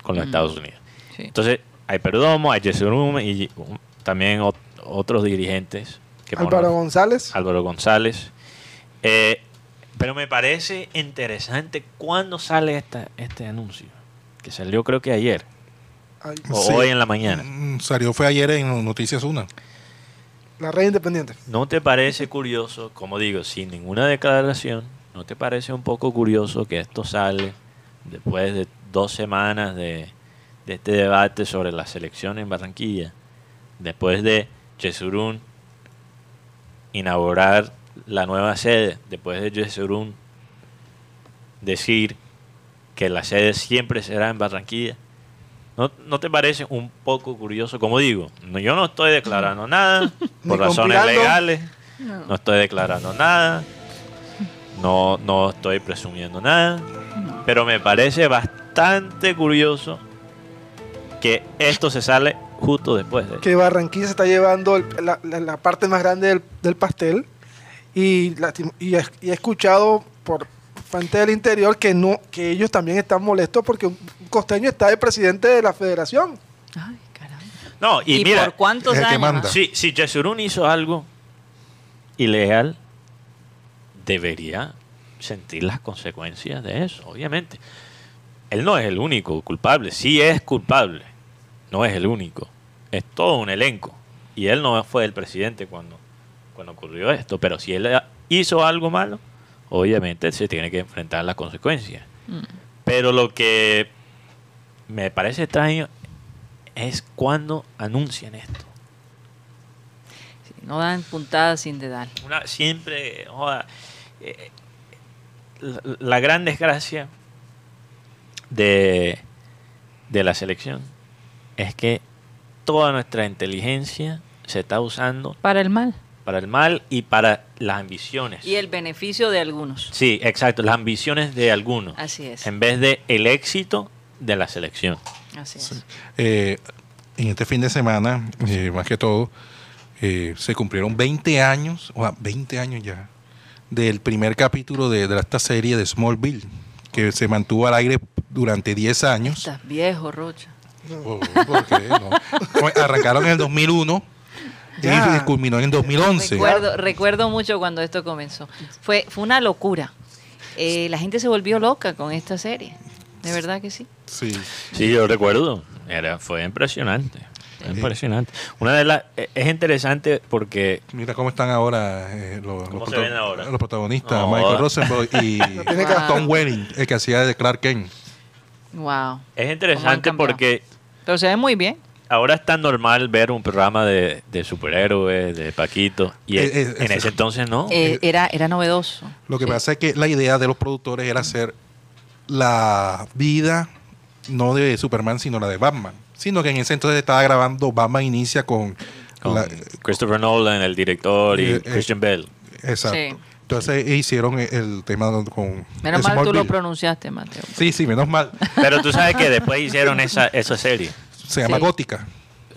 Speaker 3: con los Estados Unidos.
Speaker 2: Mm. Sí.
Speaker 3: Entonces, hay Perdomo, hay Yesurum y um, también ot- otros dirigentes. Que por
Speaker 4: Álvaro
Speaker 3: no-
Speaker 4: González.
Speaker 3: Álvaro González. Eh, pero me parece interesante cuándo sale esta, este anuncio. Que salió creo que ayer
Speaker 4: Ay,
Speaker 3: o
Speaker 5: Sí.
Speaker 3: hoy en la mañana.
Speaker 5: Mm, Salió fue ayer en Noticias Una.
Speaker 4: la Rey Independiente.
Speaker 3: ¿No te parece curioso, como digo, sin ninguna declaración, no te parece un poco curioso que esto sale después de dos semanas de, de este debate sobre la selección en Barranquilla? Después de Yesurún inaugurar la nueva sede, después de Yesurún decir que la sede siempre será en Barranquilla. ¿No, no te parece un poco curioso? Como digo, no- yo no estoy declarando nada
Speaker 4: [LAUGHS] Ni
Speaker 3: por razones
Speaker 4: compilando.
Speaker 3: legales, no estoy declarando nada, no, no estoy presumiendo nada, pero me parece bastante curioso que esto se sale justo después de
Speaker 4: que Barranquilla se está llevando el- la, la- la parte más grande del, del pastel y, lastim- y he, y he escuchado por fuente del interior que no que ellos también están molestos porque un costeño está de presidente de la federación.
Speaker 2: Ay, caramba.
Speaker 3: No, y,
Speaker 2: ¿Y,
Speaker 3: mira,
Speaker 2: por cuántos
Speaker 5: es el que
Speaker 2: años?
Speaker 5: manda.
Speaker 3: si, si Yesurún hizo algo ilegal, debería sentir las consecuencias de eso, obviamente. Él no es el único culpable, sí es culpable, no es el único, es todo un elenco. Y él no fue el presidente cuando, cuando ocurrió esto, pero si él hizo algo malo, obviamente se tiene que enfrentar las consecuencias. Pero lo que me parece extraño es cuando anuncian esto.
Speaker 2: Sí, No dan puntadas sin dedal.
Speaker 3: Una, siempre, joda, eh, la, la gran desgracia de, de la selección es que toda nuestra inteligencia se está usando
Speaker 2: Para el mal.
Speaker 3: para el mal y para las ambiciones.
Speaker 2: Y el beneficio de algunos.
Speaker 3: Sí, exacto, las ambiciones de algunos.
Speaker 2: Así es.
Speaker 3: En vez de el éxito de la selección.
Speaker 2: Así es.
Speaker 5: Eh, en este fin de semana, eh, más que todo, eh, se cumplieron 20 años, o sea, 20 años ya, del primer capítulo de, de esta serie de Smallville, que se mantuvo al aire durante 10 años.
Speaker 2: Estás viejo, Rocha.
Speaker 5: Oh, ¿por qué? No. Bueno, Arrancaron en el 2001
Speaker 4: Ya.
Speaker 5: y culminó en el 2011.
Speaker 2: Recuerdo, recuerdo mucho cuando esto comenzó. Fue, fue una locura. Eh, la gente se volvió loca con esta serie. De verdad que sí.
Speaker 5: Sí.
Speaker 3: Sí, yo recuerdo. Era, fue impresionante. Fue impresionante. Una de las e- es interesante porque
Speaker 5: Mira cómo están ahora, eh, los, los
Speaker 3: ¿Cómo se
Speaker 5: prota-
Speaker 3: ven ahora?
Speaker 5: los protagonistas,
Speaker 3: No.
Speaker 5: Michael Rosenberg y
Speaker 4: tiene
Speaker 2: que-
Speaker 5: Tom Welling, el que hacía de Clark Kent.
Speaker 2: Wow.
Speaker 3: es interesante
Speaker 2: cambiado.
Speaker 3: porque
Speaker 2: Pero se ve muy bien.
Speaker 3: ahora es tan normal ver un programa de, de superhéroes, de Paquito y
Speaker 5: Eh,
Speaker 3: en-
Speaker 5: eh,
Speaker 3: en
Speaker 5: eh,
Speaker 3: ese entonces no.
Speaker 2: Eh, era, era novedoso.
Speaker 5: Lo que
Speaker 2: Sí.
Speaker 5: pasa es que la idea de los productores era hacer la vida no de Superman, sino la de Batman. Sino que en ese entonces estaba grabando Batman Inicia con...
Speaker 3: Con
Speaker 5: la-
Speaker 3: Christopher Nolan, el director, y
Speaker 5: Eh, eh,
Speaker 3: Christian Bell.
Speaker 5: exacto.
Speaker 2: Sí.
Speaker 5: Entonces hicieron el- el tema con...
Speaker 2: Menos mal tú lo
Speaker 5: Smallville.
Speaker 2: pronunciaste, Mateo.
Speaker 5: Sí, sí, menos mal.
Speaker 3: Pero tú sabes que después
Speaker 5: [LAUGHS]
Speaker 3: hicieron esa, esa serie,
Speaker 5: Se llama
Speaker 2: Sí.
Speaker 5: Gótica.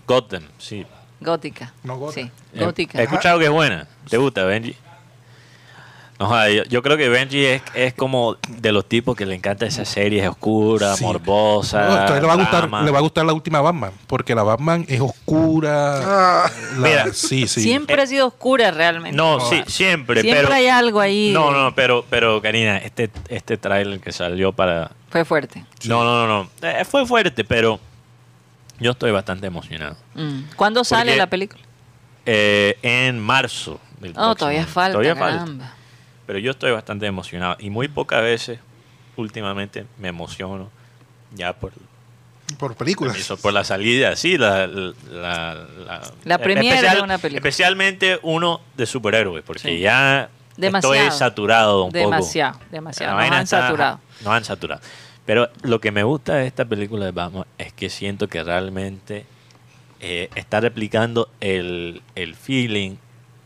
Speaker 3: Gotham, sí. Eh,
Speaker 2: Gótica.
Speaker 5: No, Eh, gota.
Speaker 2: Sí,
Speaker 3: He-
Speaker 2: gótica.
Speaker 3: He escuchado que es buena. ¿Te gusta, Benji? No, joder, yo, yo creo que Benji es, es como de los tipos que le encanta esas series oscuras,
Speaker 5: Sí.
Speaker 3: morbosas.
Speaker 5: No, entonces le va, a gustar,
Speaker 3: drama.
Speaker 5: le va a gustar la última Batman, porque la Batman es oscura.
Speaker 4: Ah,
Speaker 5: la-
Speaker 3: Mira.
Speaker 5: sí, sí.
Speaker 2: Siempre ha sido oscura realmente.
Speaker 3: No,
Speaker 5: Joder.
Speaker 3: sí, siempre,
Speaker 2: Siempre
Speaker 3: pero...
Speaker 2: hay algo ahí.
Speaker 3: No, no, pero, pero Karina, este, este tráiler que salió para...
Speaker 2: Fue fuerte.
Speaker 3: No, no, no, no. Eh, fue fuerte, pero yo estoy bastante emocionado.
Speaker 2: Mm. ¿Cuándo sale
Speaker 3: Porque-
Speaker 2: la película?
Speaker 3: Eh, en marzo. del
Speaker 2: No,
Speaker 3: próximo
Speaker 2: Oh, todavía
Speaker 3: año.
Speaker 2: falta.
Speaker 3: Todavía falta.
Speaker 2: caramba.
Speaker 3: Pero yo estoy bastante emocionado y muy pocas veces últimamente me emociono ya por,
Speaker 5: Por películas.
Speaker 3: eso, por la salida, sí, la... la, la, la-
Speaker 2: La premiere de una película.
Speaker 3: Especialmente uno de superhéroes, porque
Speaker 2: Sí.
Speaker 3: ya
Speaker 2: Demasiado.
Speaker 3: estoy saturado un
Speaker 2: Demasiado,
Speaker 3: poco. La
Speaker 2: demasiado. Nos
Speaker 3: vaina
Speaker 2: han
Speaker 3: está-
Speaker 2: saturado.
Speaker 3: Nos han saturado. Pero lo que me gusta de esta película de Batman es que siento que realmente eh, está replicando el, el feeling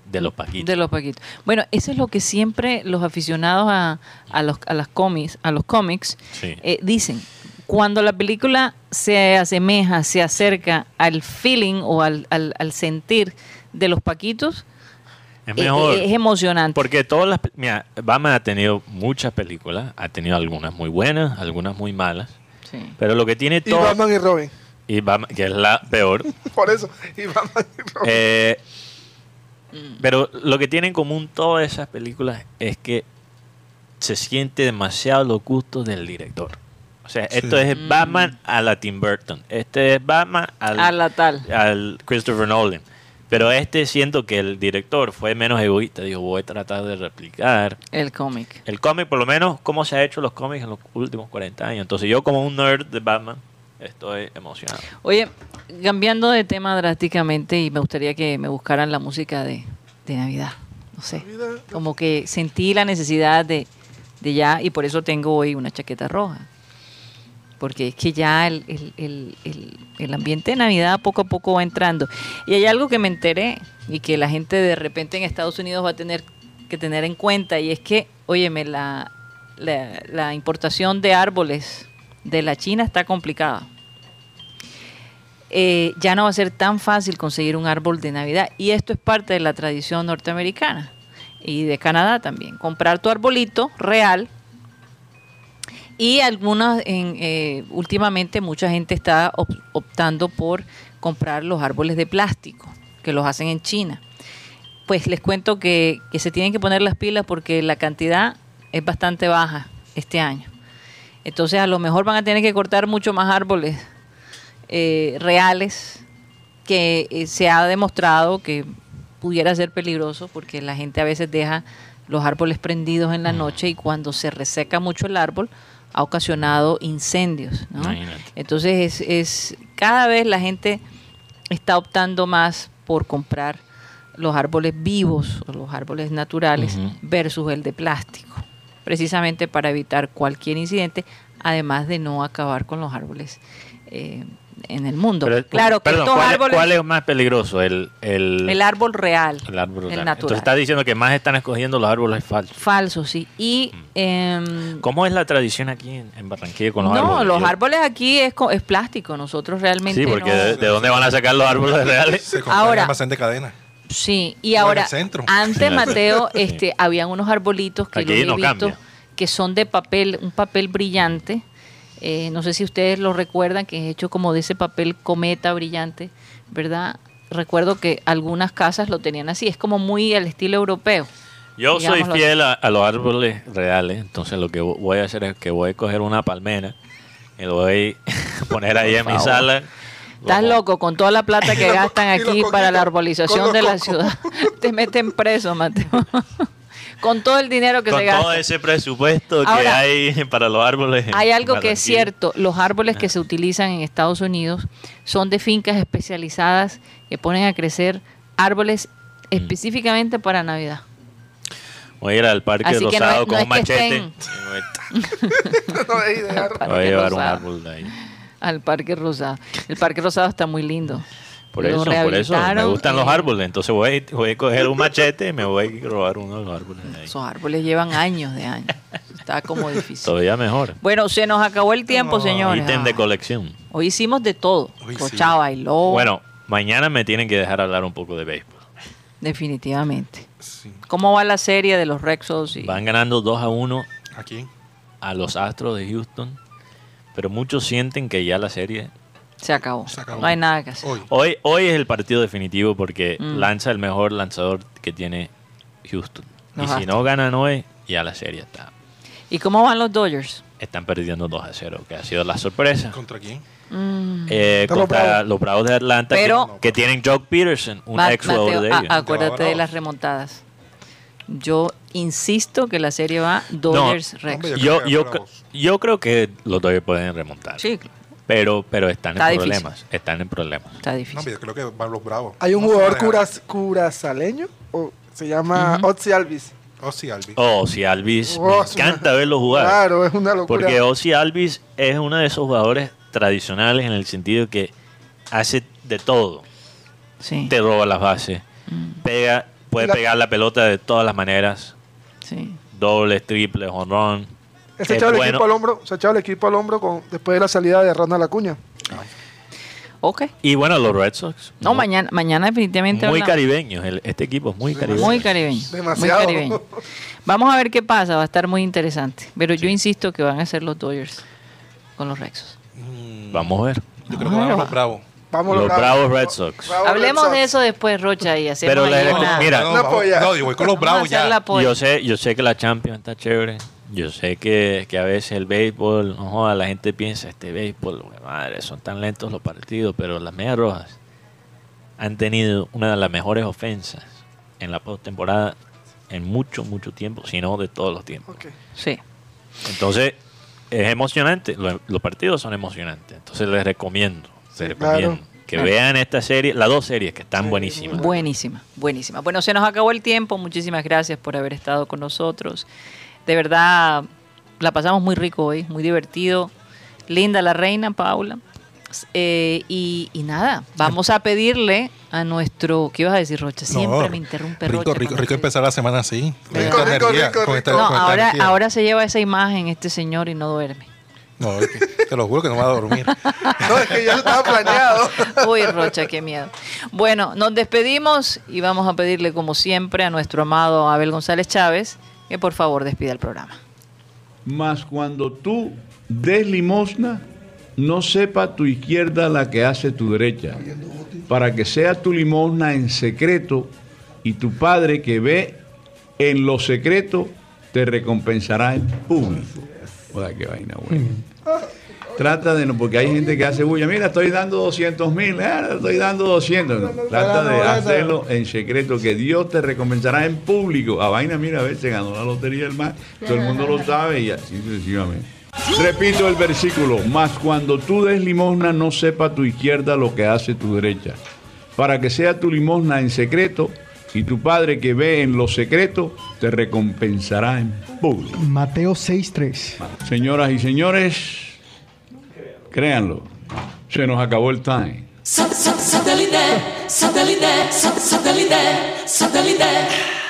Speaker 3: de los Paquitos.
Speaker 2: De los paquitos. Bueno, eso es lo que siempre los aficionados a, a los a las cómics, a los cómics,
Speaker 3: Sí.
Speaker 2: eh, dicen. Cuando la película se asemeja, se acerca al feeling o al, al- al sentir de los paquitos,
Speaker 3: es
Speaker 2: eh,
Speaker 3: mejor.
Speaker 2: eh, es emocionante.
Speaker 3: Porque todas las. pe- Mira, Batman ha tenido muchas películas. Ha tenido algunas muy buenas, algunas muy malas.
Speaker 2: Sí.
Speaker 3: Pero lo que tiene
Speaker 4: y
Speaker 3: todo.
Speaker 4: Batman y Robin. [LAUGHS]
Speaker 3: y Batman, que es la peor.
Speaker 4: Por eso. Y Batman y Robin.
Speaker 3: eh,
Speaker 2: Mm.
Speaker 3: pero lo que tiene en común todas esas películas es que se siente demasiado los gustos del director. O sea,
Speaker 5: Sí.
Speaker 3: esto
Speaker 2: Mm.
Speaker 3: es Batman a la Tim Burton. Este es Batman al,
Speaker 2: A la tal.
Speaker 3: al Christopher Nolan. Pero este siento que el director fue menos egoísta. Dijo, voy a tratar de replicar
Speaker 2: El cómic.
Speaker 3: El cómic, por lo menos, cómo se ha hecho los cómics en los últimos 40 años. Entonces, yo como un nerd de Batman, estoy emocionado.
Speaker 2: Oye, cambiando de tema drásticamente y me gustaría que me buscaran la música de, de Navidad. No sé.
Speaker 4: Mira,
Speaker 2: Como que sentí la necesidad de, de ya, y por eso tengo hoy una chaqueta roja. Porque es que ya el, el- el- el- el ambiente de Navidad poco a poco va entrando. Y hay algo que me enteré y que la gente de repente en Estados Unidos va a tener que tener en cuenta, y es que, óyeme, la, la- la importación de árboles de la China está complicada eh, ya no va a ser tan fácil conseguir un árbol de Navidad. Y esto es parte de la tradición norteamericana y de Canadá también. Comprar tu arbolito real. Y algunas, en, eh, últimamente mucha gente está op- optando por comprar los árboles de plástico, que los hacen en China. Pues les cuento que, que se tienen que poner las pilas porque la cantidad es bastante baja este año. Entonces a lo mejor van a tener que cortar mucho más árboles eh, reales que eh, se ha demostrado que pudiera ser peligroso porque la gente a veces deja los árboles prendidos en la noche y cuando se reseca mucho el árbol ha ocasionado incendios. ¿no?
Speaker 3: Imagínate.
Speaker 2: Entonces es, es- cada vez la gente está optando más por comprar los árboles vivos o los árboles naturales
Speaker 3: Ujú.
Speaker 2: versus el de plástico, precisamente para evitar cualquier incidente, además de no acabar con los árboles eh, en el mundo.
Speaker 3: Pero-
Speaker 2: claro, que
Speaker 3: perdón,
Speaker 2: estos
Speaker 3: ¿cuál, es-
Speaker 2: árboles,
Speaker 3: cuál es más peligroso? El, el,
Speaker 2: el árbol real,
Speaker 3: el árbol
Speaker 2: el
Speaker 3: real. Entonces,
Speaker 2: natural,
Speaker 3: estás diciendo que más están escogiendo los árboles falsos.
Speaker 2: falso, sí. Y em,
Speaker 3: Mm. ¿Cómo es la tradición aquí en, en Barranquilla con los
Speaker 2: no,
Speaker 3: árboles?
Speaker 2: los
Speaker 3: Yo-
Speaker 2: árboles aquí es, co- es plástico, nosotros realmente
Speaker 3: Sí, porque
Speaker 2: no-
Speaker 3: de, de dónde van a sacar los árboles reales?
Speaker 5: Se compra en
Speaker 2: Ahora-
Speaker 5: almacén de cadena.
Speaker 2: Sí,
Speaker 5: O
Speaker 2: y
Speaker 5: en
Speaker 2: ahora,
Speaker 5: el centro.
Speaker 2: antes
Speaker 3: Claro.
Speaker 2: Mateo,
Speaker 3: Sí.
Speaker 2: este, habían unos arbolitos que
Speaker 3: Aquí
Speaker 2: los he
Speaker 3: no
Speaker 2: visto
Speaker 3: cambia.
Speaker 2: que son de papel, un papel brillante. Eh, no sé si ustedes lo recuerdan, que es hecho como de ese papel cometa brillante, ¿verdad? Recuerdo que algunas casas lo tenían así, es como muy al estilo europeo.
Speaker 3: Yo soy
Speaker 2: Digámoslo
Speaker 3: fiel a, a los árboles reales, entonces lo que vo- voy a hacer es que voy a coger una palmera y lo voy a [LAUGHS] poner ahí en mi
Speaker 2: favor.
Speaker 3: sala.
Speaker 2: Estás
Speaker 3: Como-
Speaker 2: loco con toda la plata que
Speaker 4: los co-
Speaker 2: gastan
Speaker 4: [LAUGHS] y los
Speaker 2: aquí para
Speaker 4: coquitos,
Speaker 2: la
Speaker 4: con
Speaker 2: arbolización
Speaker 4: los
Speaker 2: de la
Speaker 4: cocos.
Speaker 2: ciudad. [LAUGHS] Te meten preso, Mateo. [LAUGHS] con todo el dinero que
Speaker 3: con
Speaker 2: se
Speaker 3: todo
Speaker 2: gasta.
Speaker 3: ese presupuesto que
Speaker 2: Ahora,
Speaker 3: hay [LAUGHS] para los árboles. en
Speaker 2: Hay algo que es
Speaker 3: Barranquilla.
Speaker 2: cierto, los árboles que se utilizan en Estados Unidos son de fincas especializadas que ponen a crecer árboles
Speaker 3: Mm.
Speaker 2: específicamente para Navidad.
Speaker 3: Voy a ir al parque
Speaker 2: Así que no
Speaker 3: rosado
Speaker 2: es-
Speaker 3: con
Speaker 2: no
Speaker 3: un
Speaker 2: es que
Speaker 3: machete.
Speaker 2: estén.
Speaker 3: y voy a-
Speaker 4: [LAUGHS] no es
Speaker 2: [LAUGHS]
Speaker 4: ideal.
Speaker 2: Parque
Speaker 3: Voy a llevar un
Speaker 2: Rosado.
Speaker 3: árbol de ahí.
Speaker 2: Al Parque Rosado. El Parque Rosado está muy lindo.
Speaker 3: Por
Speaker 2: Lo
Speaker 3: eso, por eso. Me
Speaker 2: rehabilitaron,
Speaker 3: gustan los
Speaker 2: eh,
Speaker 3: árboles. Entonces voy, voy a coger un machete y me voy a robar uno de los árboles de ahí.
Speaker 2: Esos árboles llevan años de años. Está
Speaker 3: [LAUGHS]
Speaker 2: como difícil.
Speaker 3: Todavía mejor.
Speaker 2: Bueno, se nos acabó el tiempo, señores.
Speaker 3: Ítem de
Speaker 2: Ah,
Speaker 3: colección.
Speaker 2: Hoy hicimos de todo.
Speaker 5: Hoy sí.
Speaker 2: Cochá, bailó.
Speaker 3: Bueno, mañana me tienen que dejar hablar un poco de béisbol.
Speaker 2: Definitivamente.
Speaker 5: Sí.
Speaker 2: ¿Cómo va la serie de los Rexos? Y...
Speaker 3: Van ganando 2 a 1
Speaker 5: Aquí.
Speaker 3: a los Astros de Houston, pero muchos sienten que ya la serie...
Speaker 2: Se acabó.
Speaker 5: Se acabó.
Speaker 2: No hay nada que hacer.
Speaker 5: Hoy.
Speaker 3: Hoy, hoy es el partido definitivo porque
Speaker 2: Mm.
Speaker 3: lanza el mejor lanzador que tiene Houston.
Speaker 2: Los
Speaker 3: y si no ganan hoy, ya la serie está.
Speaker 2: ¿Y cómo van los Dodgers?
Speaker 3: Están perdiendo 2 a 0, que ha sido la sorpresa.
Speaker 5: ¿Contra quién?
Speaker 2: Mm,
Speaker 3: Eh,
Speaker 4: Están los
Speaker 3: contra
Speaker 4: Bravos.
Speaker 3: los Bravos de Atlanta, que-
Speaker 2: Pero-
Speaker 3: que, tienen Jock Peterson, un
Speaker 2: Ma-
Speaker 3: ex jugador
Speaker 2: Mateo, ah,
Speaker 3: de
Speaker 2: a-
Speaker 3: ellos.
Speaker 2: acuérdate de
Speaker 5: Bravo.
Speaker 2: las remontadas. Yo insisto que la serie va Dodgers
Speaker 5: hombre,
Speaker 2: Rex.
Speaker 5: yo creo
Speaker 3: yo,
Speaker 5: que
Speaker 3: yo,
Speaker 5: Bravos.
Speaker 3: cre- yo creo que los Dodgers pueden remontar.
Speaker 2: Sí, claro,
Speaker 3: Pero, pero están
Speaker 2: Está
Speaker 3: en
Speaker 2: difícil.
Speaker 3: problemas. Están en problemas.
Speaker 2: está
Speaker 5: No,
Speaker 2: difícil.
Speaker 5: pero yo creo que van los bravos.
Speaker 4: Hay un
Speaker 5: No se
Speaker 4: jugador
Speaker 5: van a dejar.
Speaker 4: curaz- curazaleño, o se llama
Speaker 2: Ujú.
Speaker 4: Otzi Alvis.
Speaker 5: Ozzy Alvis.
Speaker 3: Oh, si Alvis, me
Speaker 4: Oh, es una-
Speaker 3: encanta verlo jugar.
Speaker 4: Claro, es una locura.
Speaker 3: Porque Ozzy Alvis es uno de esos jugadores tradicionales en el sentido que hace de todo.
Speaker 2: Sí,
Speaker 3: Te roba las bases,
Speaker 2: mm,
Speaker 3: pega, puede
Speaker 4: La-
Speaker 3: pegar la pelota de todas las maneras,
Speaker 2: sí.
Speaker 3: dobles, triples, honrón.
Speaker 4: Él se echaba el equipo al
Speaker 3: bueno.
Speaker 4: hombro, se echaba el equipo al hombro con, después de la salida de Ronald Acuña.
Speaker 2: Ok.
Speaker 3: Y bueno, los Red Sox.
Speaker 2: No,
Speaker 3: muy-
Speaker 2: mañana, mañana definitivamente
Speaker 3: Muy
Speaker 2: hablamos.
Speaker 3: caribeños. el- este equipo es muy caribeño.
Speaker 2: Muy caribeño. muy
Speaker 4: Demasiado.
Speaker 2: caribeño. Vamos a ver qué pasa, va a estar muy interesante. Pero yo insisto que van a ser los Dodgers con los Rexos.
Speaker 3: Vamos a ver.
Speaker 5: Yo creo que van los bravos.
Speaker 4: Vamos
Speaker 3: Los Bravos Red Sox.
Speaker 4: Bravos Red
Speaker 2: Hablemos
Speaker 4: Sox.
Speaker 2: de eso después, Rocha, y hacemos
Speaker 3: Pero
Speaker 2: ahí
Speaker 3: les-
Speaker 2: una-
Speaker 3: mira,
Speaker 5: no,
Speaker 4: Una
Speaker 5: vamos-
Speaker 4: polla.
Speaker 5: no, yo voy con los
Speaker 2: Vamos a
Speaker 5: bravos
Speaker 2: hacer
Speaker 5: ya.
Speaker 2: la polla.
Speaker 3: Yo sé, yo sé que la Champions está chévere. Yo sé que, que a veces el béisbol, no joda, la gente piensa, este béisbol, güey, madre, son tan lentos los partidos, pero las medias rojas han tenido una de las mejores ofensas en la postemporada en mucho, mucho tiempo, si no de todos los tiempos.
Speaker 4: Ok.
Speaker 2: Sí.
Speaker 3: Entonces, es emocionante, lo- los partidos son emocionantes. Entonces les recomiendo, les
Speaker 4: claro.
Speaker 3: recomiendo que
Speaker 2: Claro.
Speaker 3: vean esta serie, las dos series que están buenísimas.
Speaker 2: Buenísima, buenísima. Bueno, se nos acabó el tiempo. Muchísimas gracias por haber estado con nosotros. De verdad, la pasamos muy rico hoy, muy divertido. Linda la reina, Paula. Eh, y, y nada, vamos a pedirle a nuestro. ¿Qué ibas a decir, Rocha? Siempre
Speaker 5: No,
Speaker 2: me interrumpe
Speaker 5: rico,
Speaker 2: Rocha.
Speaker 5: Rico,
Speaker 2: cuando
Speaker 5: rico
Speaker 2: se-
Speaker 5: empezar la semana así. con
Speaker 2: Rico,
Speaker 5: esta
Speaker 4: rico,
Speaker 5: energía,
Speaker 4: rico,
Speaker 5: con esta-
Speaker 4: rico.
Speaker 2: No,
Speaker 5: con esta
Speaker 2: ahora,
Speaker 5: energía.
Speaker 2: ahora se lleva esa imagen este señor y no
Speaker 5: [LAUGHS]
Speaker 2: duerme.
Speaker 5: No, es que te lo juro que no va a dormir.
Speaker 4: No, es que ya lo
Speaker 2: [LAUGHS]
Speaker 4: estaba planeado.
Speaker 2: Uy, Rocha, qué miedo. Bueno, nos despedimos y vamos a pedirle, como siempre, a nuestro amado Abel González Chávez que por favor despida el programa.
Speaker 6: Mas cuando tú des limosna, no sepa tu izquierda la que hace tu derecha, para que sea tu limosna en secreto y tu Padre que ve en lo secreto te recompensará en público. Joder, qué vaina buena. Trata de no, porque hay gente que hace bulla, mira, estoy dando 200 mil, eh, estoy dando 200. No, trata de hacerlo en secreto, que Dios te recompensará en público. A vaina, mira, a ver, se ganó la lotería del mar, todo el mundo lo sabe y así sucesivamente. Repito el versículo, mas cuando tú des limosna no sepa tu izquierda lo que hace tu derecha, para que sea tu limosna en secreto y tu Padre que ve en lo secreto te recompensará en público.
Speaker 7: Mateo 6.3.
Speaker 6: Señoras y señores, créanlo, se nos acabó el time.
Speaker 8: Satellite, satellite, satellite, satellite, satellite.